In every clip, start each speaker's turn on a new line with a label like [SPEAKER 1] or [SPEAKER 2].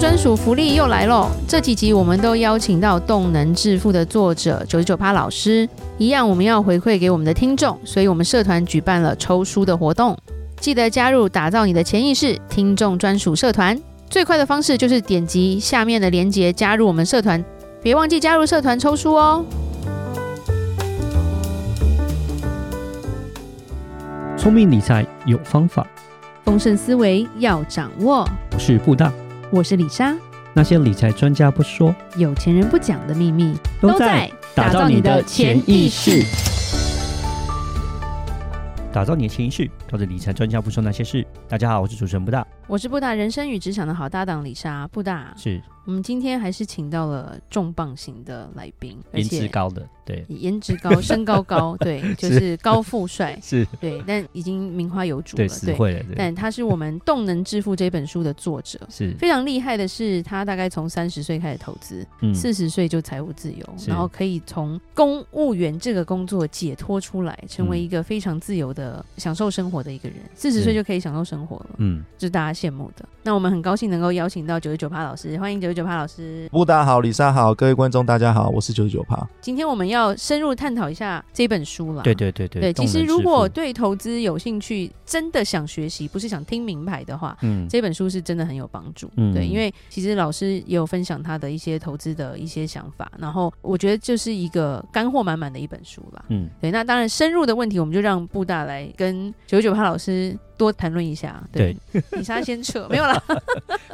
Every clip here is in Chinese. [SPEAKER 1] 专属福利又来喽！这几集我们都邀请到《动能致富》的作者九十九趴老师，一样我们要回馈给我们的听众，所以我们社团举办了抽书的活动，记得加入打造你的潜意识听众专属社团。最快的方式就是点击下面的链接加入我们社团，别忘记加入社团抽书哦。
[SPEAKER 2] 聪明理财有方法，
[SPEAKER 1] 丰盛思维要掌握。
[SPEAKER 2] 我是布大。
[SPEAKER 1] 我是李莎，
[SPEAKER 2] 那些理财专家不说，
[SPEAKER 1] 有钱人不讲的秘密
[SPEAKER 2] 打造你的潜意识。打造你的潜意识，靠着理财专家不说那些事。大家好，我是主持人布大，
[SPEAKER 1] 我是布大人生与职场的好搭档李莎。布大，
[SPEAKER 2] 是
[SPEAKER 1] 我们今天还是请到了重磅型的来宾，而
[SPEAKER 2] 颜值
[SPEAKER 1] 且
[SPEAKER 2] 高的， 对，
[SPEAKER 1] 颜值高、 身高高，对，就是高富帅，
[SPEAKER 2] 是
[SPEAKER 1] 对，但已经名花有主了，
[SPEAKER 2] 对实
[SPEAKER 1] 对。
[SPEAKER 2] 惠的，对，
[SPEAKER 1] 但他是我们《动能致富》这本书的作者，
[SPEAKER 2] 是
[SPEAKER 1] 非常厉害的是，他大概从三十岁开始投资，
[SPEAKER 2] 嗯
[SPEAKER 1] 四十岁就财务自由，
[SPEAKER 2] 是
[SPEAKER 1] 然后可以从公务员这个工作解脱出来，成为
[SPEAKER 2] 嗯
[SPEAKER 1] 一个非常自由的、享受生活的一个人。四十岁就可以享受生活了，
[SPEAKER 2] 嗯，
[SPEAKER 1] 这是大家羡慕的。那我们很高兴能够邀请到九十九趴老师，欢迎九十九趴老师。
[SPEAKER 3] 布大好，李莎好，各位观众大家好，我是九十九趴。
[SPEAKER 1] 今天我们要深入探讨一下这本书了。
[SPEAKER 2] 对对对
[SPEAKER 1] 对，
[SPEAKER 2] 对
[SPEAKER 1] 其实
[SPEAKER 2] 动能
[SPEAKER 1] 如
[SPEAKER 2] 致富
[SPEAKER 1] 果对投资有兴趣，真的想学习，不是想听名牌的话，
[SPEAKER 2] 嗯
[SPEAKER 1] 这本书是真的很有帮助，
[SPEAKER 2] 嗯
[SPEAKER 1] 对，因为其实老师也有分享他的一些投资的一些想法，然后我觉得就是一个干货满满的一本书啦。
[SPEAKER 2] 嗯，
[SPEAKER 1] 对，那当然深入的问题，我们就让布大来跟九九潘老师多谈论一下。对，李莎先扯，没有啦。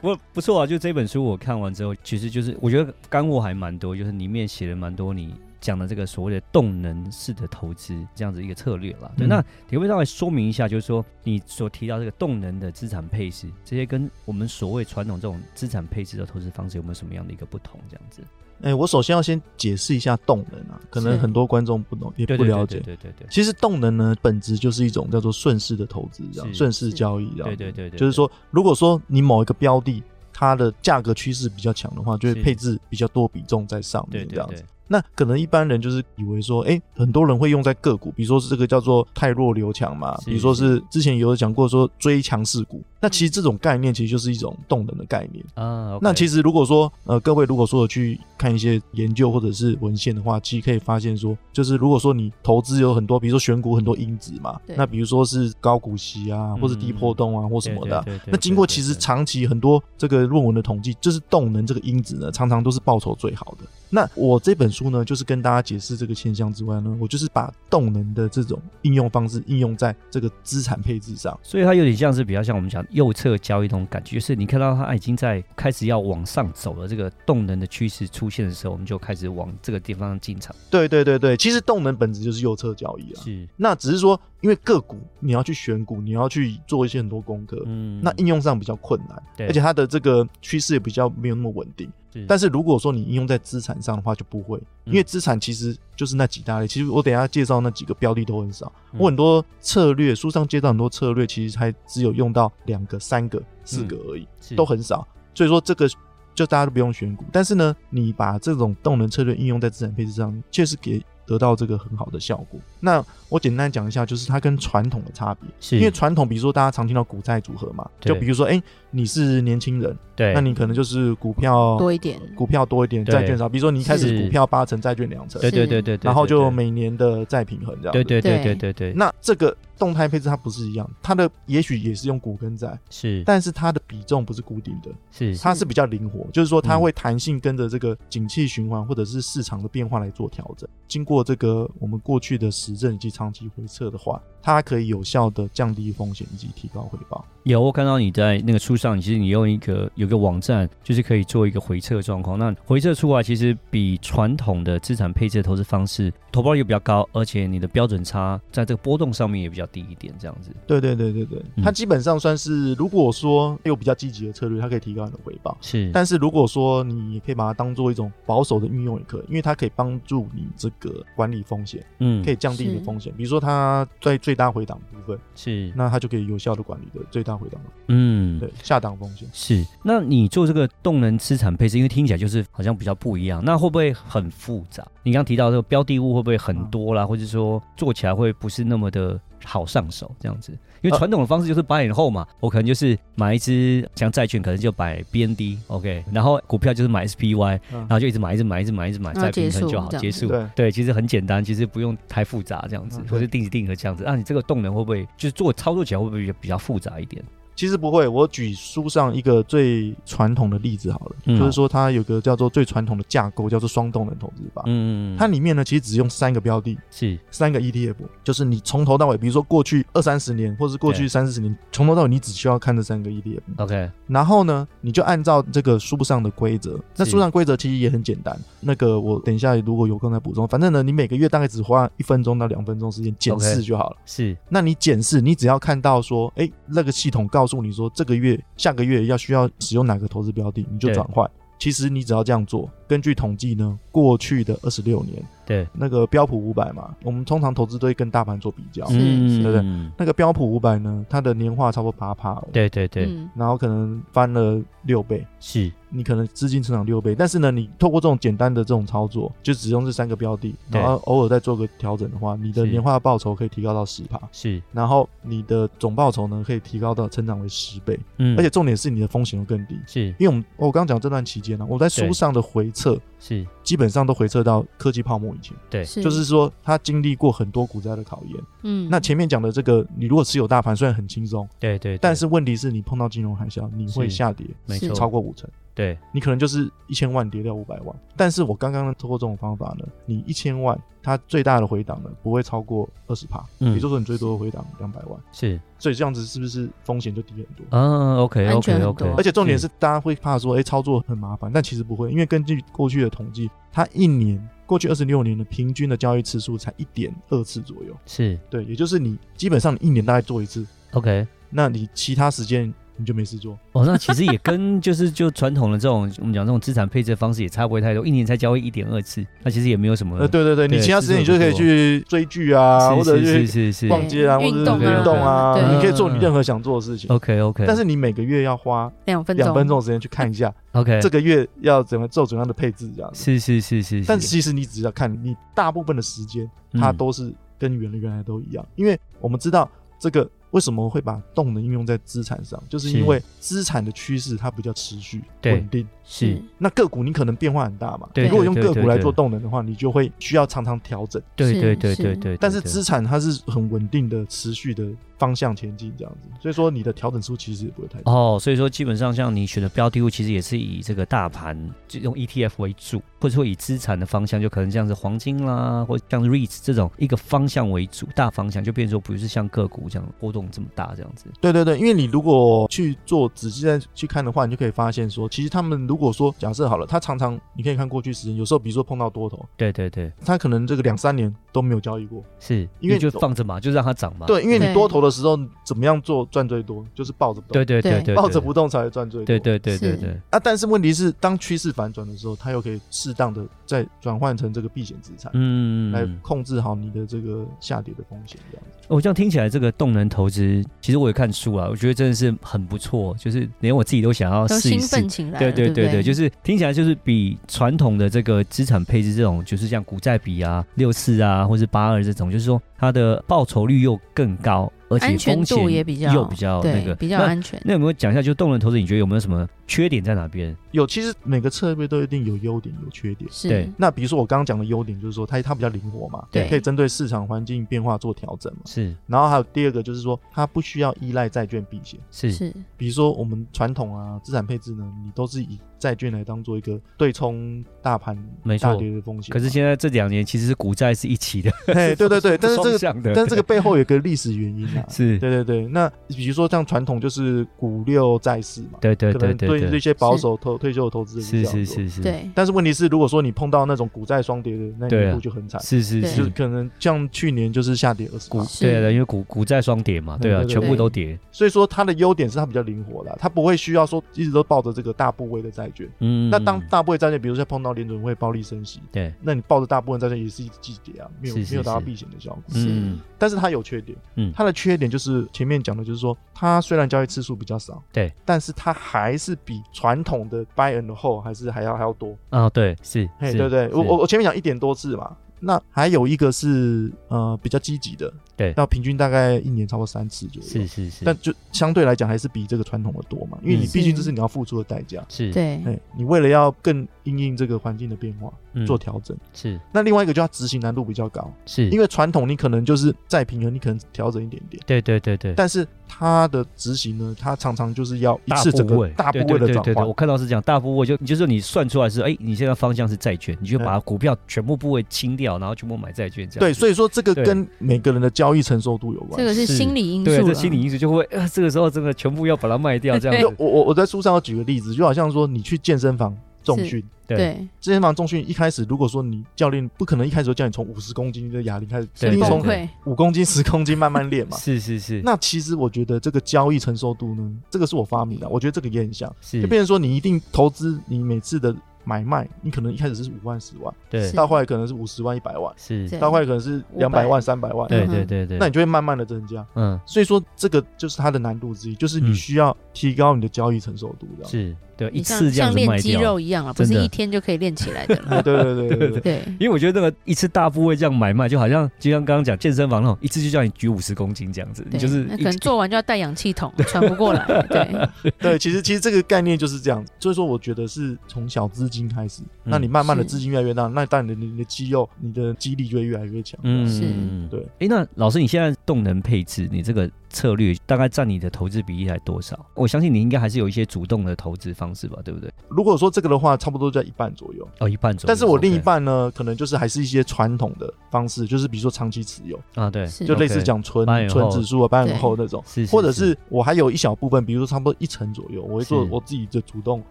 [SPEAKER 2] 不不错啊，就这本书我看完之后，其实就是我觉得干货还蛮多，就是里面写了蛮多你讲的这个所谓的动能式的投资这样子一个策略啦。对，
[SPEAKER 3] 嗯
[SPEAKER 2] 那你会稍微说明一下，就是说你所提到这个动能的资产配置，这些跟我们所谓传统这种资产配置的投资方式有没有什么样的一个不同？这样子，
[SPEAKER 3] 哎、我首先要先解释一下动能啊，可能
[SPEAKER 1] 是
[SPEAKER 3] 很多观众不懂，也
[SPEAKER 2] 对
[SPEAKER 3] 不
[SPEAKER 2] 对
[SPEAKER 3] 了
[SPEAKER 2] 对
[SPEAKER 3] 解
[SPEAKER 2] 对。对对对，
[SPEAKER 3] 其实动能呢，本质就是一种叫做顺势的投资，这样
[SPEAKER 2] 是
[SPEAKER 3] 顺势交易，这样。
[SPEAKER 2] 对对对对，
[SPEAKER 3] 就是说，如果说你某一个标的它的价格趋势比较强的话，就会
[SPEAKER 2] 是
[SPEAKER 3] 配置比较多比重在上
[SPEAKER 2] 对
[SPEAKER 3] 面，这
[SPEAKER 2] 对
[SPEAKER 3] 样
[SPEAKER 2] 对
[SPEAKER 3] 子。，那可能一般人就是以为说，哎、很多人会用在个股，比如说是这个叫做太弱留强嘛，
[SPEAKER 2] 是嗯
[SPEAKER 3] 比如说是之前有讲过说追强势股，那其实这种概念其实就是一种动能的概念。
[SPEAKER 2] 啊，
[SPEAKER 3] 那其
[SPEAKER 2] 实
[SPEAKER 3] 实如果说呃各位如果说有去看一些研究或者是文献的话，其实可以发现说，就是如果说你投资有很多，比如说选股很多因子嘛
[SPEAKER 1] 对，
[SPEAKER 3] 那比如说是高股息啊，或是低波动啊，或什么的啊。，那经过其实
[SPEAKER 2] 长
[SPEAKER 3] 长期很多这个论文的统计，就是动能这个因子呢，常常都是报酬最好的。那我这本书呢，就是跟大家解释这个现象之外呢，我就是把动能的这种应用方式应用在这个资产配置上。
[SPEAKER 2] 所以它有点像是比较像我们讲右侧交易那种感觉，就是你看到它已经在开始要往上走了，这个动能的趋势出现的时候，我们就开始往这个地方进场。
[SPEAKER 3] 对对对对，其实动能本质就是右侧交易啊。
[SPEAKER 2] 是，
[SPEAKER 3] 那只是说，因为个股你要去选股，你要去做一些很多功课，
[SPEAKER 2] 嗯
[SPEAKER 3] 那应用上比较困难，
[SPEAKER 2] 对
[SPEAKER 3] 而且它的这个趋势也比较没有那么稳定。
[SPEAKER 2] 是
[SPEAKER 3] 但是如果说你应用在资产上的话，就不会，
[SPEAKER 2] 嗯
[SPEAKER 3] 因为资产其实就是那几大类。其实我等一下介绍那几个标的都很少，
[SPEAKER 2] 嗯
[SPEAKER 3] 我很多策略书上介绍很多策略，其实还只有用到两个、三个、四
[SPEAKER 2] 嗯
[SPEAKER 3] 个而已，
[SPEAKER 2] 是
[SPEAKER 3] 都很少。所以说这个。就大家都不用选股，但是呢，你把这种动能策略应用在资产配置上，确实给得到这个很好的效果。那我简单讲一下，就是它跟传统的差别。
[SPEAKER 2] 是，
[SPEAKER 3] 因为传统，比如说大家常听到股债组合嘛，
[SPEAKER 2] 对
[SPEAKER 3] 就比如说，哎、你是年轻人，
[SPEAKER 2] 对，
[SPEAKER 3] 那你可能就是股 票
[SPEAKER 1] 多一点，
[SPEAKER 3] 股票多一点，
[SPEAKER 2] 对
[SPEAKER 3] 债券少。比如说你一开始
[SPEAKER 2] 是
[SPEAKER 3] 股票八成，债券两成
[SPEAKER 2] 对，对
[SPEAKER 1] 是
[SPEAKER 2] 对对对，
[SPEAKER 3] 然后
[SPEAKER 2] 对
[SPEAKER 3] 就每年的再平衡这样。
[SPEAKER 2] 对对对
[SPEAKER 1] 对
[SPEAKER 2] 对对对，
[SPEAKER 3] 那这个动态配置它不是一样，它的也许也是用股跟债，
[SPEAKER 2] 是
[SPEAKER 3] 但是它的比重不是固定的，
[SPEAKER 2] 是
[SPEAKER 3] 它是比较灵活，就是说它
[SPEAKER 2] 嗯
[SPEAKER 3] 会弹性跟着这个景气循环或者是市场的变化来做调整。经过这个我们过去的实证以及长期回测的话，它可以有效的降低风险以及提高回报。
[SPEAKER 2] 有，我看到你在那个书上，其实你用一个有个网站，就是可以做一个回测状况。那回测出来，其实比传统的资产配置的投资方式，投报率比较高，而且你的标准差在这个波动上面也比较低一点，这样子。
[SPEAKER 3] 对对对对对，
[SPEAKER 2] 嗯
[SPEAKER 3] 它基本上算是，如果说有比较积极的策略，它可以提高你的回报。
[SPEAKER 2] 是，
[SPEAKER 3] 但是如果说你也可以把它当做一种保守的运用也可以，因为它可以帮助你这个管理风险，
[SPEAKER 2] 嗯
[SPEAKER 3] 可以降低你的
[SPEAKER 1] 是
[SPEAKER 3] 风险。比如说它在最大回档部分，
[SPEAKER 2] 是，
[SPEAKER 3] 那它就可以有效的管理的最大回档，
[SPEAKER 2] 嗯，
[SPEAKER 3] 对下档风险。
[SPEAKER 2] 是。那你做这个动能资产配置，因为听起来就是好像比较不一样，那会不会很复杂？你刚刚提到这个标的物会不会很多
[SPEAKER 3] 啊
[SPEAKER 2] 啦，或者说做起来会不是那么的好上手这样子？因
[SPEAKER 3] 啊
[SPEAKER 2] 为传统的方式就是八年后嘛，我可能就是买一只像债券，可能就买 BND，OK，、然后股票就是买 SPY，、
[SPEAKER 3] 嗯
[SPEAKER 2] 然后就一直买，一直买，一直买，一直买，
[SPEAKER 1] 然后
[SPEAKER 2] 再平
[SPEAKER 1] 结
[SPEAKER 2] 衡
[SPEAKER 1] 束
[SPEAKER 2] 就好，
[SPEAKER 1] 这样
[SPEAKER 2] 结束。
[SPEAKER 3] 对
[SPEAKER 2] 对，其实很简单，其实不用太复杂这样子
[SPEAKER 3] 嗯，对
[SPEAKER 2] 或者定时定额这样子。那、啊你这个动能会不会就是做操作起来会不会比较比较复杂一点？
[SPEAKER 3] 其实不会，我举书上一个最传统的例子好了，
[SPEAKER 2] 嗯
[SPEAKER 3] 就是说它有个叫做最传统的架构，叫做双动能投资法。
[SPEAKER 2] 嗯，
[SPEAKER 3] 它里面呢，其实只用三个标的，
[SPEAKER 2] 是
[SPEAKER 3] 三个 ETF，就是你从头到尾，比如说过去二三十年，或是过去
[SPEAKER 2] 对
[SPEAKER 3] 三四十年，从头到尾你只需要看这三个 ETF，
[SPEAKER 2] OK，
[SPEAKER 3] 然后呢，你就按照这个书上的规则。那
[SPEAKER 2] 是
[SPEAKER 3] 书上规则其实也很简单，那个我等一下如果有空再补充。反正呢，你每个月大概只花一分钟到两分钟时间检
[SPEAKER 2] OK
[SPEAKER 3] 视就好了。
[SPEAKER 2] 是
[SPEAKER 3] 那你检视，你只要看到说，哎，那个系统告诉你说这个月、下个月要需要使用哪个投资标的，你就
[SPEAKER 2] 对
[SPEAKER 3] 转换。其实你只要这样做，根据统计呢，过去的二十六年，
[SPEAKER 2] 对，
[SPEAKER 3] 那个标普五百嘛，我们通常投资都会跟大盘做比较。
[SPEAKER 2] 嗯
[SPEAKER 1] 是是
[SPEAKER 3] 对那个标普五百呢，它的年化差不多八趴，
[SPEAKER 2] 对对对，
[SPEAKER 1] 嗯
[SPEAKER 3] 然后可能翻了六倍，
[SPEAKER 2] 是
[SPEAKER 3] 你可能资金成长六倍，但是呢，你透过这种简单的这种操作，就只用这三个标的，
[SPEAKER 2] 对
[SPEAKER 3] 然后偶尔再做个调整的话，你的
[SPEAKER 2] 是
[SPEAKER 3] 年化报酬可以提高到十趴，
[SPEAKER 2] 是，
[SPEAKER 3] 然后你的总报酬呢可以提高到成长为十倍，
[SPEAKER 2] 嗯
[SPEAKER 3] 而且重点是你的风险会更低，
[SPEAKER 2] 是
[SPEAKER 3] 因为我们我刚刚讲这段期间呢、我在书
[SPEAKER 2] 对
[SPEAKER 3] 上的回测
[SPEAKER 2] 是
[SPEAKER 3] 基本上都回测到科技泡沫以前，
[SPEAKER 2] 对
[SPEAKER 1] 是
[SPEAKER 3] 就是说它经历过很多股灾的考验。
[SPEAKER 1] 嗯
[SPEAKER 3] 那前面讲的这个，你如果持有大盘虽然很轻松，
[SPEAKER 2] 对对，
[SPEAKER 3] 但是问题是你碰到金融海啸，你会
[SPEAKER 2] 是
[SPEAKER 3] 下跌
[SPEAKER 2] 没
[SPEAKER 1] 是
[SPEAKER 2] 错，
[SPEAKER 3] 超过五成。
[SPEAKER 2] 对
[SPEAKER 3] 你可能就是一千万跌掉五百万。但是我刚刚呢，通过这种方法呢，你一千万它最大的回档呢不会超过二十趴，
[SPEAKER 2] 嗯
[SPEAKER 3] 也就是说你最多的回档两百万，
[SPEAKER 2] 是
[SPEAKER 3] 所以这样子是不是风险就低很多？
[SPEAKER 2] 嗯 OK
[SPEAKER 1] 安全
[SPEAKER 2] OK
[SPEAKER 1] 很
[SPEAKER 2] OK，
[SPEAKER 1] 多
[SPEAKER 3] 而且重点是大家会怕说，哎、操作很麻烦，但其实不会，因为根据过去的统计，它一年过去二十六年的平均的交易次数才一点二次左右，
[SPEAKER 2] 是
[SPEAKER 3] 对，也就是你基本上你一年大概做一次，
[SPEAKER 2] OK。
[SPEAKER 3] 那你其他时间你就没事做，
[SPEAKER 2] 哦，那其实也 跟就是就传统的这种我们讲这种资产配置的方式也差不会太多，一年才交易一点二次，那其实也没有什么
[SPEAKER 3] 呃，，对对对，
[SPEAKER 2] 嗯对
[SPEAKER 3] 你其他时间你
[SPEAKER 2] 是这么
[SPEAKER 3] 就可以
[SPEAKER 2] 做
[SPEAKER 3] 去追剧啊，
[SPEAKER 2] 是
[SPEAKER 3] 或者去
[SPEAKER 2] 是是是
[SPEAKER 3] 逛
[SPEAKER 2] 是
[SPEAKER 3] 街啊，或
[SPEAKER 1] 对
[SPEAKER 3] 者是
[SPEAKER 1] 运动
[SPEAKER 2] 啊
[SPEAKER 3] 运动啊，
[SPEAKER 1] 对
[SPEAKER 3] 你可以做你任何想做的事情。
[SPEAKER 2] ，OK 嗯 OK，
[SPEAKER 3] 但是你每个月要花
[SPEAKER 1] 两分钟，
[SPEAKER 3] 两分钟的时间去看一下
[SPEAKER 2] OK
[SPEAKER 3] 这个月要怎么做怎样的配置这样子。
[SPEAKER 2] 是是是是，嗯
[SPEAKER 3] 但
[SPEAKER 2] 是
[SPEAKER 3] 其实你只要看，你大部分的时间它都是跟原原来都一样，因为我们知道这个为什么会把动能应用在资产上，就是
[SPEAKER 2] 是
[SPEAKER 3] 因为资产的趋势它比较持续
[SPEAKER 2] 对
[SPEAKER 3] 稳定。
[SPEAKER 2] 是
[SPEAKER 3] 那个股你可能变化很大嘛，
[SPEAKER 2] 对
[SPEAKER 3] 你如果用
[SPEAKER 2] 对
[SPEAKER 3] 个
[SPEAKER 2] 对
[SPEAKER 3] 股
[SPEAKER 2] 对
[SPEAKER 3] 来
[SPEAKER 2] 对
[SPEAKER 3] 做动能的话，你就会需要常常调整。
[SPEAKER 2] 对对
[SPEAKER 1] 是
[SPEAKER 2] 对
[SPEAKER 1] 是
[SPEAKER 2] 对对，
[SPEAKER 3] 但是
[SPEAKER 2] 对
[SPEAKER 3] 资产它是很稳定的、持续的方向前进这样子，所以说你的调整数其实也不会太大。
[SPEAKER 2] 哦，所以说基本上像你选的标的物，其实也是以这个大盘这种 ETF 为主，或者说以资产的方向，就可能像是黄金啦，或像 REITs 这种一个方向为主，大方向就变成说不是像个股这样波动这么大这样子。
[SPEAKER 3] 对对对，因为你如果去做仔细再去看的话，你就可以发现说，其实他们如果说假设好了，他常常你可以看过去时间，有时候比如说碰到多头，
[SPEAKER 2] 对对对，
[SPEAKER 3] 他可能这个两三年都没有交易过。
[SPEAKER 2] 是
[SPEAKER 3] 因为
[SPEAKER 2] 你就放着嘛，就让它涨嘛。
[SPEAKER 3] 对，因为你
[SPEAKER 1] 对
[SPEAKER 3] 多头的时候怎么样做赚最多，就是抱着不动，
[SPEAKER 2] 对对对对，
[SPEAKER 3] 抱着不动才会赚最多。
[SPEAKER 2] 对。对对对
[SPEAKER 1] 是
[SPEAKER 2] 对，
[SPEAKER 3] 啊，但是问题是，当趋势反转的时候，它又可以适当的再转换成这个避险资产，
[SPEAKER 2] 嗯，
[SPEAKER 3] 来控制好你的这个下跌的风险，这样子。
[SPEAKER 2] 我、哦这样听起来，这个动能投资，其实我也看书啊，我觉得真的是很不错，就是连我自己都想要
[SPEAKER 1] 都
[SPEAKER 2] 试一
[SPEAKER 1] 兴
[SPEAKER 2] 试
[SPEAKER 1] 奋。起来
[SPEAKER 2] 哦对
[SPEAKER 1] 了，
[SPEAKER 2] 对
[SPEAKER 1] 不
[SPEAKER 2] 对
[SPEAKER 1] 对
[SPEAKER 2] 对，就是听起来就是比传统的这个资产配置这种，就是像股债比啊、六四啊，或是八二这种，就是说它的报酬率又更高，而且
[SPEAKER 1] 安全
[SPEAKER 2] 风
[SPEAKER 1] 度
[SPEAKER 2] 险
[SPEAKER 1] 也比较
[SPEAKER 2] 又比较那
[SPEAKER 1] 对
[SPEAKER 2] 个
[SPEAKER 1] 比较
[SPEAKER 2] 那
[SPEAKER 1] 安全，
[SPEAKER 2] 那有没有讲一下，就动能投资，你觉得有没有什么缺点在哪边？
[SPEAKER 3] 有，其实每个策略都一定有优点有缺点。
[SPEAKER 1] 是
[SPEAKER 2] 对
[SPEAKER 3] 那比如说我刚刚讲的优点，就是说它它比较灵活嘛，
[SPEAKER 1] 对
[SPEAKER 3] 可以针对市场环境变化做调整嘛。
[SPEAKER 2] 是
[SPEAKER 3] 然后还有第二个就是说，它不需要依赖债券避险。
[SPEAKER 2] 是
[SPEAKER 1] 是
[SPEAKER 3] 比如说我们传统啊资产配置呢，你都是以债券来当做一个对冲大盘
[SPEAKER 2] 没错
[SPEAKER 3] 大跌的风险
[SPEAKER 2] 可
[SPEAKER 3] 嘛。
[SPEAKER 2] 是现在这两年其实是股债是一起的，
[SPEAKER 3] 嘿，对对对，但是这
[SPEAKER 2] 双
[SPEAKER 3] 个
[SPEAKER 2] 向的，。
[SPEAKER 3] 但是这个背后有一个历史原因啊
[SPEAKER 2] 是，
[SPEAKER 3] 对对对，那比如说像传统就是股六债四嘛，
[SPEAKER 2] 对对对
[SPEAKER 3] 可能对
[SPEAKER 2] 对
[SPEAKER 3] 这
[SPEAKER 2] 对，
[SPEAKER 3] 些保守投退休的投资人
[SPEAKER 2] 是
[SPEAKER 3] 这样
[SPEAKER 2] 是
[SPEAKER 3] 做
[SPEAKER 2] 是是，
[SPEAKER 1] 对
[SPEAKER 3] 但是问题是，如果说你碰到那种股债双跌的那
[SPEAKER 2] 对
[SPEAKER 3] 一
[SPEAKER 2] 啊
[SPEAKER 3] 步就很惨，
[SPEAKER 2] 是是
[SPEAKER 1] 对
[SPEAKER 3] 就是是。可能像去年就是下跌二十股，
[SPEAKER 1] 是
[SPEAKER 2] 对啊的，因为股股债双跌嘛，对啊，
[SPEAKER 3] 对对
[SPEAKER 2] 全部
[SPEAKER 1] 对
[SPEAKER 2] 都跌。
[SPEAKER 3] 所以说它的优点是它比较灵活啦，它不会需要说一直都抱着这个大部位的债券。
[SPEAKER 2] 嗯，
[SPEAKER 3] 那当大部位债券，比如说碰到联准会暴力升息，
[SPEAKER 2] 对，
[SPEAKER 3] 那你抱着大部分债券也是一季节啊，没有
[SPEAKER 2] 是是
[SPEAKER 3] 没有达到
[SPEAKER 2] 是
[SPEAKER 3] 避险的效果。
[SPEAKER 1] 是
[SPEAKER 2] 嗯，
[SPEAKER 3] 但是它有缺点，
[SPEAKER 2] 嗯
[SPEAKER 3] 它的缺点就是前面讲的，就是说它虽然交易次数比较少，
[SPEAKER 2] 对，
[SPEAKER 3] 但是它还是比传统的 buy and hold 还是还要还要多。
[SPEAKER 2] 啊，对，是，
[SPEAKER 3] 嘿，
[SPEAKER 2] 是
[SPEAKER 3] 对不对？我
[SPEAKER 2] 是
[SPEAKER 3] 我我前面讲一点多次嘛，那还有一个是呃比较积极的，
[SPEAKER 2] 对
[SPEAKER 3] 那平均大概一年超过三次左右，
[SPEAKER 2] 是是是，
[SPEAKER 3] 但就相对来讲还是比这个传统的多嘛，因为你
[SPEAKER 2] 嗯
[SPEAKER 3] 毕竟
[SPEAKER 1] 是
[SPEAKER 3] 这是你要付出的代价，
[SPEAKER 2] 是
[SPEAKER 1] 对，
[SPEAKER 3] 哎，你为了要更因应这个环境的变化
[SPEAKER 2] 嗯
[SPEAKER 3] 做调整，
[SPEAKER 2] 是
[SPEAKER 3] 那另外一个就要执行难度比较高，
[SPEAKER 2] 是，
[SPEAKER 3] 因
[SPEAKER 2] 为
[SPEAKER 3] 为传统你可能就是再平衡，你可能调整一点点。
[SPEAKER 2] 对对对对，
[SPEAKER 3] 但是它的执行呢，它常常就是要一
[SPEAKER 2] 大
[SPEAKER 3] 次整
[SPEAKER 2] 部
[SPEAKER 3] 个
[SPEAKER 2] 位
[SPEAKER 3] 大部
[SPEAKER 2] 对
[SPEAKER 3] 位
[SPEAKER 2] 对
[SPEAKER 3] 的
[SPEAKER 2] 对
[SPEAKER 3] 转
[SPEAKER 2] 对对，
[SPEAKER 3] 换
[SPEAKER 2] 我，看到是这样，大部位就你就是你算出来是，哎，你现在方向是债券，你就把股票全部部位清掉，然后全部买债券这样。
[SPEAKER 3] 对，所以说这个
[SPEAKER 2] 对
[SPEAKER 3] 跟每个人的交易承受度有关。
[SPEAKER 1] 这个是
[SPEAKER 2] 是
[SPEAKER 1] 心理因素
[SPEAKER 2] 对，啊
[SPEAKER 1] 了。
[SPEAKER 2] 这心理因素就会，呃，这个时候真的全部要把它卖掉这样
[SPEAKER 3] 就
[SPEAKER 2] 子。
[SPEAKER 3] 我我我在书上要举个例子，就好像说你去健身房重训，
[SPEAKER 2] 对
[SPEAKER 1] 对，
[SPEAKER 3] 健身房重训一开始，如果说你教练不可能一开始就叫你从五十公斤的哑铃开始，
[SPEAKER 2] 对
[SPEAKER 3] 一定
[SPEAKER 2] 对
[SPEAKER 1] 崩
[SPEAKER 3] 从
[SPEAKER 1] 溃。
[SPEAKER 3] 五公斤、十公斤慢慢练嘛。
[SPEAKER 2] 是是是，
[SPEAKER 3] 那其实我觉得这个交易承受度呢，这个是我发明的，我觉得这个也很
[SPEAKER 2] 嗯
[SPEAKER 3] 像，就是变成说你一定投资你每次的买卖，你可能一开始是五万、十万，
[SPEAKER 2] 对
[SPEAKER 1] 是
[SPEAKER 3] 到后来可能是五十万、一百万，
[SPEAKER 2] 是，
[SPEAKER 1] 对
[SPEAKER 3] 到后来可能是两百万、三百万，
[SPEAKER 2] 对
[SPEAKER 1] 嗯
[SPEAKER 2] 对对对，
[SPEAKER 3] 那你就会慢慢的增加。
[SPEAKER 2] 嗯
[SPEAKER 3] 所以说这个就是它的难度之一，就是你
[SPEAKER 2] 嗯
[SPEAKER 3] 需要提高你的交易承受度，这样。
[SPEAKER 2] 是对一
[SPEAKER 1] 你像
[SPEAKER 2] 次这样
[SPEAKER 1] 像
[SPEAKER 2] 子
[SPEAKER 1] 练
[SPEAKER 2] 卖
[SPEAKER 1] 肌
[SPEAKER 2] 掉。
[SPEAKER 1] 肉一样了，不是
[SPEAKER 2] 真的
[SPEAKER 1] 一天就可以练起来的 了。
[SPEAKER 3] 哎对对对对对。
[SPEAKER 1] 对，
[SPEAKER 2] 因为我觉得那个一次大部位这样买卖，就好像就像刚刚讲健身房那种，一次就叫你举五十公斤这样子，你
[SPEAKER 1] 对
[SPEAKER 2] 就是
[SPEAKER 1] 那
[SPEAKER 2] 一
[SPEAKER 1] 可能做完就要带氧气 筒，喘不过来。对，
[SPEAKER 3] 对，其实其实这个概念就是这样，所以说我觉得是从小资金开始，那
[SPEAKER 2] 嗯
[SPEAKER 3] 你慢慢的
[SPEAKER 1] 是
[SPEAKER 3] 资金越来越大，那当然你的你的肌肉、你的肌力就会越来越强。
[SPEAKER 2] 嗯，
[SPEAKER 1] 是
[SPEAKER 2] 嗯
[SPEAKER 3] 对。
[SPEAKER 2] 哎，那老师，你现在动能配置，你这个策略大概占你的投资比例还多少？我相信你应该还是有一些主动的投资方式吧，对不对？
[SPEAKER 3] 如果说这个的话，差不多在一半左右。
[SPEAKER 2] 哦，一半左右。
[SPEAKER 3] 但是我另一
[SPEAKER 2] OK
[SPEAKER 3] 半呢，可能就是还是一些传统的方式，就是比如说长期持有，
[SPEAKER 2] 啊，对，
[SPEAKER 1] 是
[SPEAKER 3] 就类似
[SPEAKER 2] OK
[SPEAKER 3] 讲纯
[SPEAKER 2] buy and
[SPEAKER 3] 纯
[SPEAKER 2] hold
[SPEAKER 3] 指数啊、八
[SPEAKER 1] 对
[SPEAKER 3] 然后那种，
[SPEAKER 2] 是，
[SPEAKER 3] 或者是我还有一小部分，比如说差不多一成左右，我会做
[SPEAKER 2] 是
[SPEAKER 3] 我自己的主动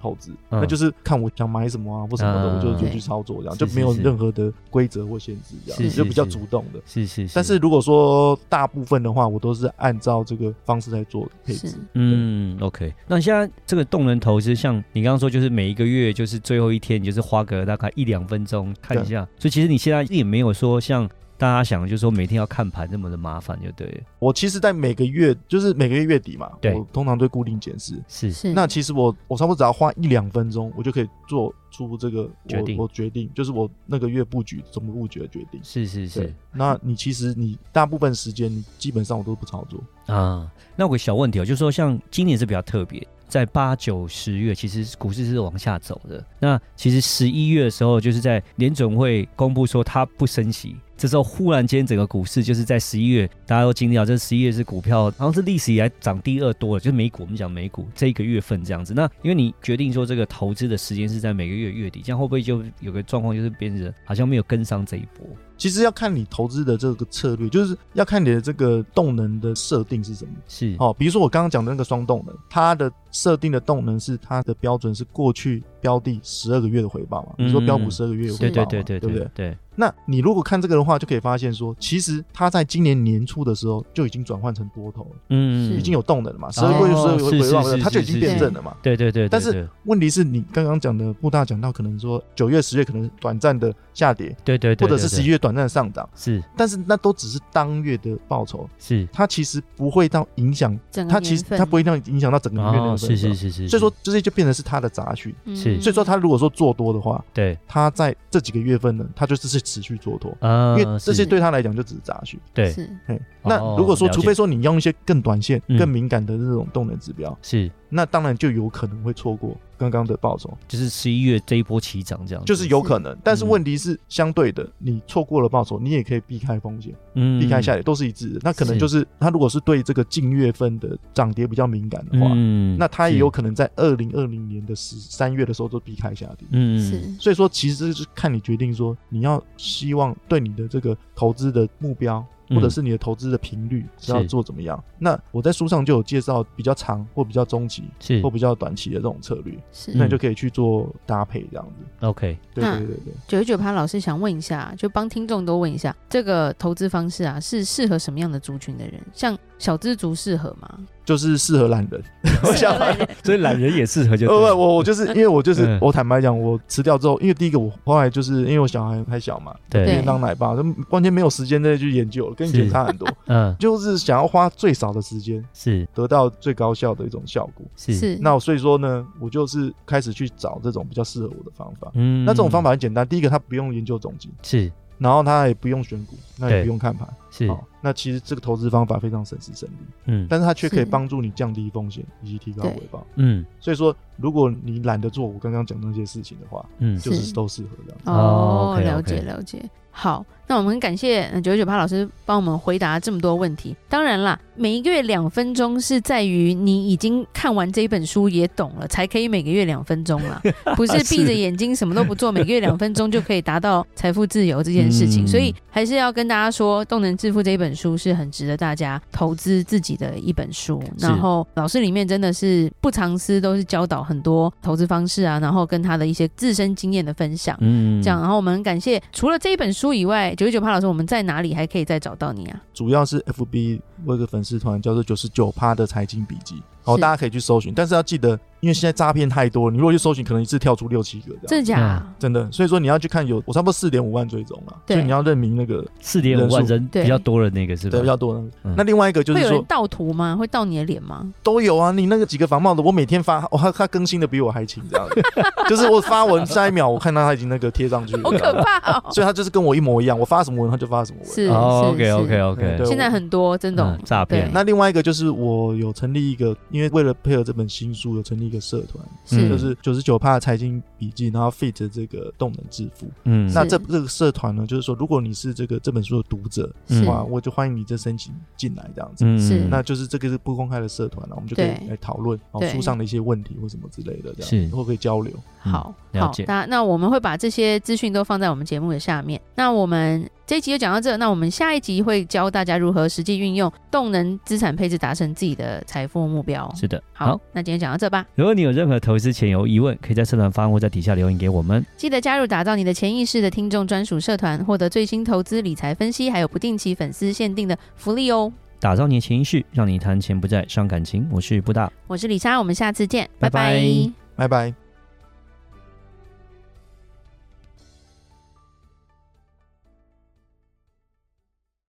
[SPEAKER 3] 投资，
[SPEAKER 2] 嗯
[SPEAKER 3] 那就是看我想买什么啊或什么的，
[SPEAKER 2] 嗯
[SPEAKER 3] 我就就
[SPEAKER 1] 对
[SPEAKER 3] 去操作，这样
[SPEAKER 2] 是
[SPEAKER 3] 就是没有
[SPEAKER 2] 是
[SPEAKER 3] 任何的规则或限制，这
[SPEAKER 2] 是
[SPEAKER 3] 样就是比较
[SPEAKER 2] 是
[SPEAKER 3] 主动的。
[SPEAKER 2] 是是，
[SPEAKER 3] 但是如果说大部分的话，我都是按照这个方式在做配
[SPEAKER 1] 是
[SPEAKER 3] 置。
[SPEAKER 2] 嗯，OK，那现在这个动能投资，像你刚刚说，就是每一个月就是最后一天，你就是花个大概一两分钟看一
[SPEAKER 3] 对
[SPEAKER 2] 下，所以其实你现在也没有说像大家想，的，就是说每天要看盘那么的麻烦，就对了，
[SPEAKER 3] 我其实，在每个月就是每个月月底嘛，
[SPEAKER 2] 对
[SPEAKER 3] 我通常都会固定检视。
[SPEAKER 2] 是
[SPEAKER 1] 是
[SPEAKER 3] 那其实我我差不多只要花一两分钟，我就可以做出这个
[SPEAKER 2] 决定
[SPEAKER 3] 我我决定就是我那个月布局怎么布局的决定。
[SPEAKER 2] 是是
[SPEAKER 3] 对
[SPEAKER 2] 是，
[SPEAKER 3] 那你其实你大部分时间你基本上我都不操作。
[SPEAKER 2] 啊。那我有个小问题哦，就是说像今年是比较特别。在八九十月，其实股市是往下走的。那其实十一月的时候，就是在联准会公布说它不升息，这时候忽然间整个股市就是在十一月，大家都经历到这十一月是股票好像是历史以来涨第二多了，就是美股，我们讲美股这一个月份这样子。那因为你决定说这个投资的时间是在每个月月底，这样会不会就有个状况，就是变成好像没有跟上这一波？
[SPEAKER 3] 其实要看你投资的这个策略，就是要看你的这个动能的设定是什么。
[SPEAKER 2] 是
[SPEAKER 3] 哦，比如说我刚刚讲的那个双动能，它的设定的动能是它的标准是过去标的十二个月的回报嘛？
[SPEAKER 2] 嗯
[SPEAKER 3] 你说标普十二个月有
[SPEAKER 1] 是
[SPEAKER 3] 回
[SPEAKER 2] 对
[SPEAKER 3] 报
[SPEAKER 2] 对
[SPEAKER 3] 嘛，
[SPEAKER 2] 对对
[SPEAKER 3] 对不对？
[SPEAKER 2] 对，
[SPEAKER 3] 那你如果看这个的话，就可以发现说，其实它在今年年初的时候就已经转换成多头了，
[SPEAKER 2] 嗯
[SPEAKER 1] 是
[SPEAKER 3] 已经有动能了嘛？十二个月十二
[SPEAKER 2] 哦
[SPEAKER 3] 个
[SPEAKER 2] 是
[SPEAKER 3] 月回
[SPEAKER 2] 是
[SPEAKER 3] 报
[SPEAKER 2] 是，
[SPEAKER 3] 它就已
[SPEAKER 2] 是
[SPEAKER 3] 经
[SPEAKER 2] 是
[SPEAKER 3] 辩证了嘛？
[SPEAKER 2] 对对对，对
[SPEAKER 3] 但是
[SPEAKER 2] 对
[SPEAKER 3] 问题是你刚刚讲的布大讲到，可能说九月、十月可能短暂的下跌，
[SPEAKER 2] 对对对，
[SPEAKER 3] 或者是
[SPEAKER 2] 对
[SPEAKER 3] 十一月短暂的上涨，
[SPEAKER 2] 是
[SPEAKER 3] 但是那都只是当月的报酬，
[SPEAKER 2] 是，
[SPEAKER 3] 它其实不会到影响
[SPEAKER 1] 整个
[SPEAKER 3] 它其实
[SPEAKER 1] 年份
[SPEAKER 3] 它不会让你影响到整个月
[SPEAKER 2] 哦
[SPEAKER 3] 的
[SPEAKER 2] 是
[SPEAKER 3] 分
[SPEAKER 2] 是
[SPEAKER 3] 数。
[SPEAKER 2] 是是，
[SPEAKER 3] 所以说
[SPEAKER 2] 是
[SPEAKER 3] 这些就变成是它的杂讯。
[SPEAKER 1] 嗯
[SPEAKER 2] 是
[SPEAKER 3] 所以说他如果说做多的话，
[SPEAKER 2] 对
[SPEAKER 3] 他在这几个月份呢，他就是是持续做多，
[SPEAKER 2] 啊，
[SPEAKER 3] 因为这些
[SPEAKER 2] 是
[SPEAKER 3] 对他来讲就只是杂讯。
[SPEAKER 2] 对
[SPEAKER 1] 是
[SPEAKER 3] 嘿，
[SPEAKER 2] 哦
[SPEAKER 3] 那如果说
[SPEAKER 2] 了解
[SPEAKER 3] 除非说你用一些更短线
[SPEAKER 2] 嗯、
[SPEAKER 3] 更敏感的这种动能指标，
[SPEAKER 2] 是
[SPEAKER 3] 那当然就有可能会错过刚刚的报酬，
[SPEAKER 2] 就是十一月这一波起涨这样子，
[SPEAKER 3] 就是有可能。但是
[SPEAKER 2] 嗯
[SPEAKER 3] 问题是相对的，你错过了报酬，你也可以避开风险。
[SPEAKER 2] 嗯
[SPEAKER 3] 避开下来都是一致的。那可能就是他如果是对这个近月份的涨跌比较敏感的话，
[SPEAKER 2] 嗯
[SPEAKER 3] 那他也
[SPEAKER 2] 是
[SPEAKER 3] 有可能在二零二零年的十三月的时候都避开下跌。
[SPEAKER 2] 嗯
[SPEAKER 1] 是
[SPEAKER 3] 所以说，其实这就是看你决定说你要希望对你的这个投资的目标。
[SPEAKER 2] 嗯
[SPEAKER 3] 或者是你的投资的频率是要
[SPEAKER 2] 是
[SPEAKER 3] 做怎么样？那我在书上就有介绍比较长或比较中期
[SPEAKER 2] 是
[SPEAKER 3] 或比较短期的这种策略，
[SPEAKER 1] 是。
[SPEAKER 2] 嗯
[SPEAKER 3] 那你就可以去做搭配这样子。
[SPEAKER 2] OK
[SPEAKER 3] 对
[SPEAKER 1] 那
[SPEAKER 3] 对对对，
[SPEAKER 1] 九十九趴老师想问一下，就帮听众都问一下，这个投资方式啊，是适合什么样的族群的人？像小资族适合吗？
[SPEAKER 3] 就是适合懒人。
[SPEAKER 2] 我
[SPEAKER 1] 适
[SPEAKER 2] 想
[SPEAKER 1] 合懒人
[SPEAKER 2] 所以懒人也适合就
[SPEAKER 3] 呃，
[SPEAKER 2] 对
[SPEAKER 3] 我
[SPEAKER 2] 了
[SPEAKER 3] 我我就是因为我就是、
[SPEAKER 2] 嗯
[SPEAKER 3] 我坦白讲，我辞掉之后，因为第一个我后来就是因为我小孩还小嘛，
[SPEAKER 1] 对
[SPEAKER 2] 对，
[SPEAKER 3] 当奶爸，就完全没有时间再去研究了，跟以前
[SPEAKER 2] 是
[SPEAKER 3] 差很多，
[SPEAKER 2] 嗯，
[SPEAKER 3] 就是想要花最少的时间
[SPEAKER 2] 是
[SPEAKER 3] 得到最高效的一种效果。
[SPEAKER 2] 是，
[SPEAKER 1] 嗯
[SPEAKER 3] 那所以说呢，我就是开始去找这种比较适合我的方法。
[SPEAKER 2] 嗯
[SPEAKER 3] 那这种方法很简单，第一个它不用研究总金，
[SPEAKER 2] 是
[SPEAKER 3] 然后它也不用选股，那也
[SPEAKER 2] 对
[SPEAKER 3] 不用看盘。
[SPEAKER 2] 是，
[SPEAKER 3] 好，那其实这个投资方法非常省时省力，
[SPEAKER 2] 嗯
[SPEAKER 3] 但是它却可以
[SPEAKER 1] 是
[SPEAKER 3] 帮助你降低风险以及提高
[SPEAKER 1] 对
[SPEAKER 3] 回报。
[SPEAKER 2] 嗯
[SPEAKER 3] 所以说，如果你懒得做我刚刚讲的那些事情的话，
[SPEAKER 2] 嗯，
[SPEAKER 3] 就是是都适合这样。
[SPEAKER 2] 哦
[SPEAKER 1] 哦，
[SPEAKER 2] ，OK，OK
[SPEAKER 1] 了解了解。好，那我们很感谢呃九九九八老师帮我们回答这么多问题。当然啦，每一个月两分钟是在于你已经看完这一本书也懂了，才可以每个月两分钟 啦，不是闭着眼睛什么都不做，每个月两分钟就可以达到财富自由这件事情。
[SPEAKER 2] 嗯
[SPEAKER 1] 所以还是要跟大家说，《动能致富》这一本书是很值得大家投资自己的一本书。
[SPEAKER 2] 是
[SPEAKER 1] 然后老师里面真的是不藏私，都是教导很多投资方式啊，然后跟他的一些自身经验的分享。
[SPEAKER 2] 嗯
[SPEAKER 1] 这样，啊然后我们很感谢除了这一本书以外，九十九趴老师，我们在哪里还可以再找到你啊？
[SPEAKER 3] 主要是 FB 我有个粉丝团叫做九十九趴的财经笔记，好，
[SPEAKER 1] 是
[SPEAKER 3] 大家可以去搜寻，但是要记得，因为现在诈骗太多，你如果去搜寻，可能一次跳出六七个这
[SPEAKER 1] 真的
[SPEAKER 3] 样。
[SPEAKER 1] 假
[SPEAKER 2] 啊
[SPEAKER 1] 的？
[SPEAKER 3] 真的，所以说你要去看有我差不多四点五万追踪了，
[SPEAKER 1] 对
[SPEAKER 3] 所以你要认明那个
[SPEAKER 2] 四点五万人
[SPEAKER 1] 对
[SPEAKER 2] 比较多的那个是吧？
[SPEAKER 3] 对比较多的。
[SPEAKER 2] 嗯
[SPEAKER 3] 那另外一个就
[SPEAKER 1] 会
[SPEAKER 3] 是
[SPEAKER 1] 有人
[SPEAKER 3] 说
[SPEAKER 1] 盗图吗？会盗你的脸吗？
[SPEAKER 3] 都有啊，你那个几个仿冒的，我每天发，哦，他他更新的比我还勤，这样子，就是我发文下一秒我看到他已经那个贴上去了，
[SPEAKER 1] 好可怕哦！
[SPEAKER 3] 所以他 就是跟我一模一样，我发什么文他就发什么文。
[SPEAKER 1] 是
[SPEAKER 2] 哦
[SPEAKER 1] 是
[SPEAKER 2] ，OK
[SPEAKER 1] 是
[SPEAKER 2] OK OK，
[SPEAKER 3] 对对
[SPEAKER 1] 现在很多真的哦
[SPEAKER 2] 嗯诈骗
[SPEAKER 1] 对
[SPEAKER 3] 那另外一个就是我有成立一个，因为为了配合这本新书，有成立一个社团，
[SPEAKER 1] 是
[SPEAKER 2] 嗯
[SPEAKER 3] 就是九十九帕财经笔记，然后 fit 这个动能致富。
[SPEAKER 2] 嗯，
[SPEAKER 3] 那
[SPEAKER 1] 是
[SPEAKER 3] 这这个社团呢，就是说，如果你是这个这本书的读者
[SPEAKER 1] 是
[SPEAKER 3] 的话，我就欢迎你这申请进来这样子。
[SPEAKER 2] 嗯
[SPEAKER 1] 是
[SPEAKER 3] 那就是这个是不公开的社团啊了，我们就可以
[SPEAKER 1] 对
[SPEAKER 3] 来讨论哦
[SPEAKER 1] 对
[SPEAKER 3] 书上的一些问题或什么之类的，这
[SPEAKER 2] 是
[SPEAKER 3] 样子或可以交流。
[SPEAKER 1] 好
[SPEAKER 2] 嗯了
[SPEAKER 1] 好
[SPEAKER 2] 解，
[SPEAKER 1] 那那我们会把这些资讯都放在我们节目的下面。那我们这一集就讲到这，那我们下一集会教大家如何实际运用动能资产配置，达成自己的财富目标。
[SPEAKER 2] 是的，
[SPEAKER 1] 好，那今天讲到这吧。
[SPEAKER 2] 如果你有任何投资前有疑问，可以在社团发问或在底下留言给我们。
[SPEAKER 1] 记得加入打造你的潜意识的听众专属社团，获得最新投资理财分析，还有不定期粉丝限定的福利哦。
[SPEAKER 2] 打造你的潜意识，让你谈钱不再伤感情。我是布大，
[SPEAKER 1] 我是李莎，我们下次见，
[SPEAKER 2] 拜拜
[SPEAKER 1] 拜拜
[SPEAKER 3] 拜拜。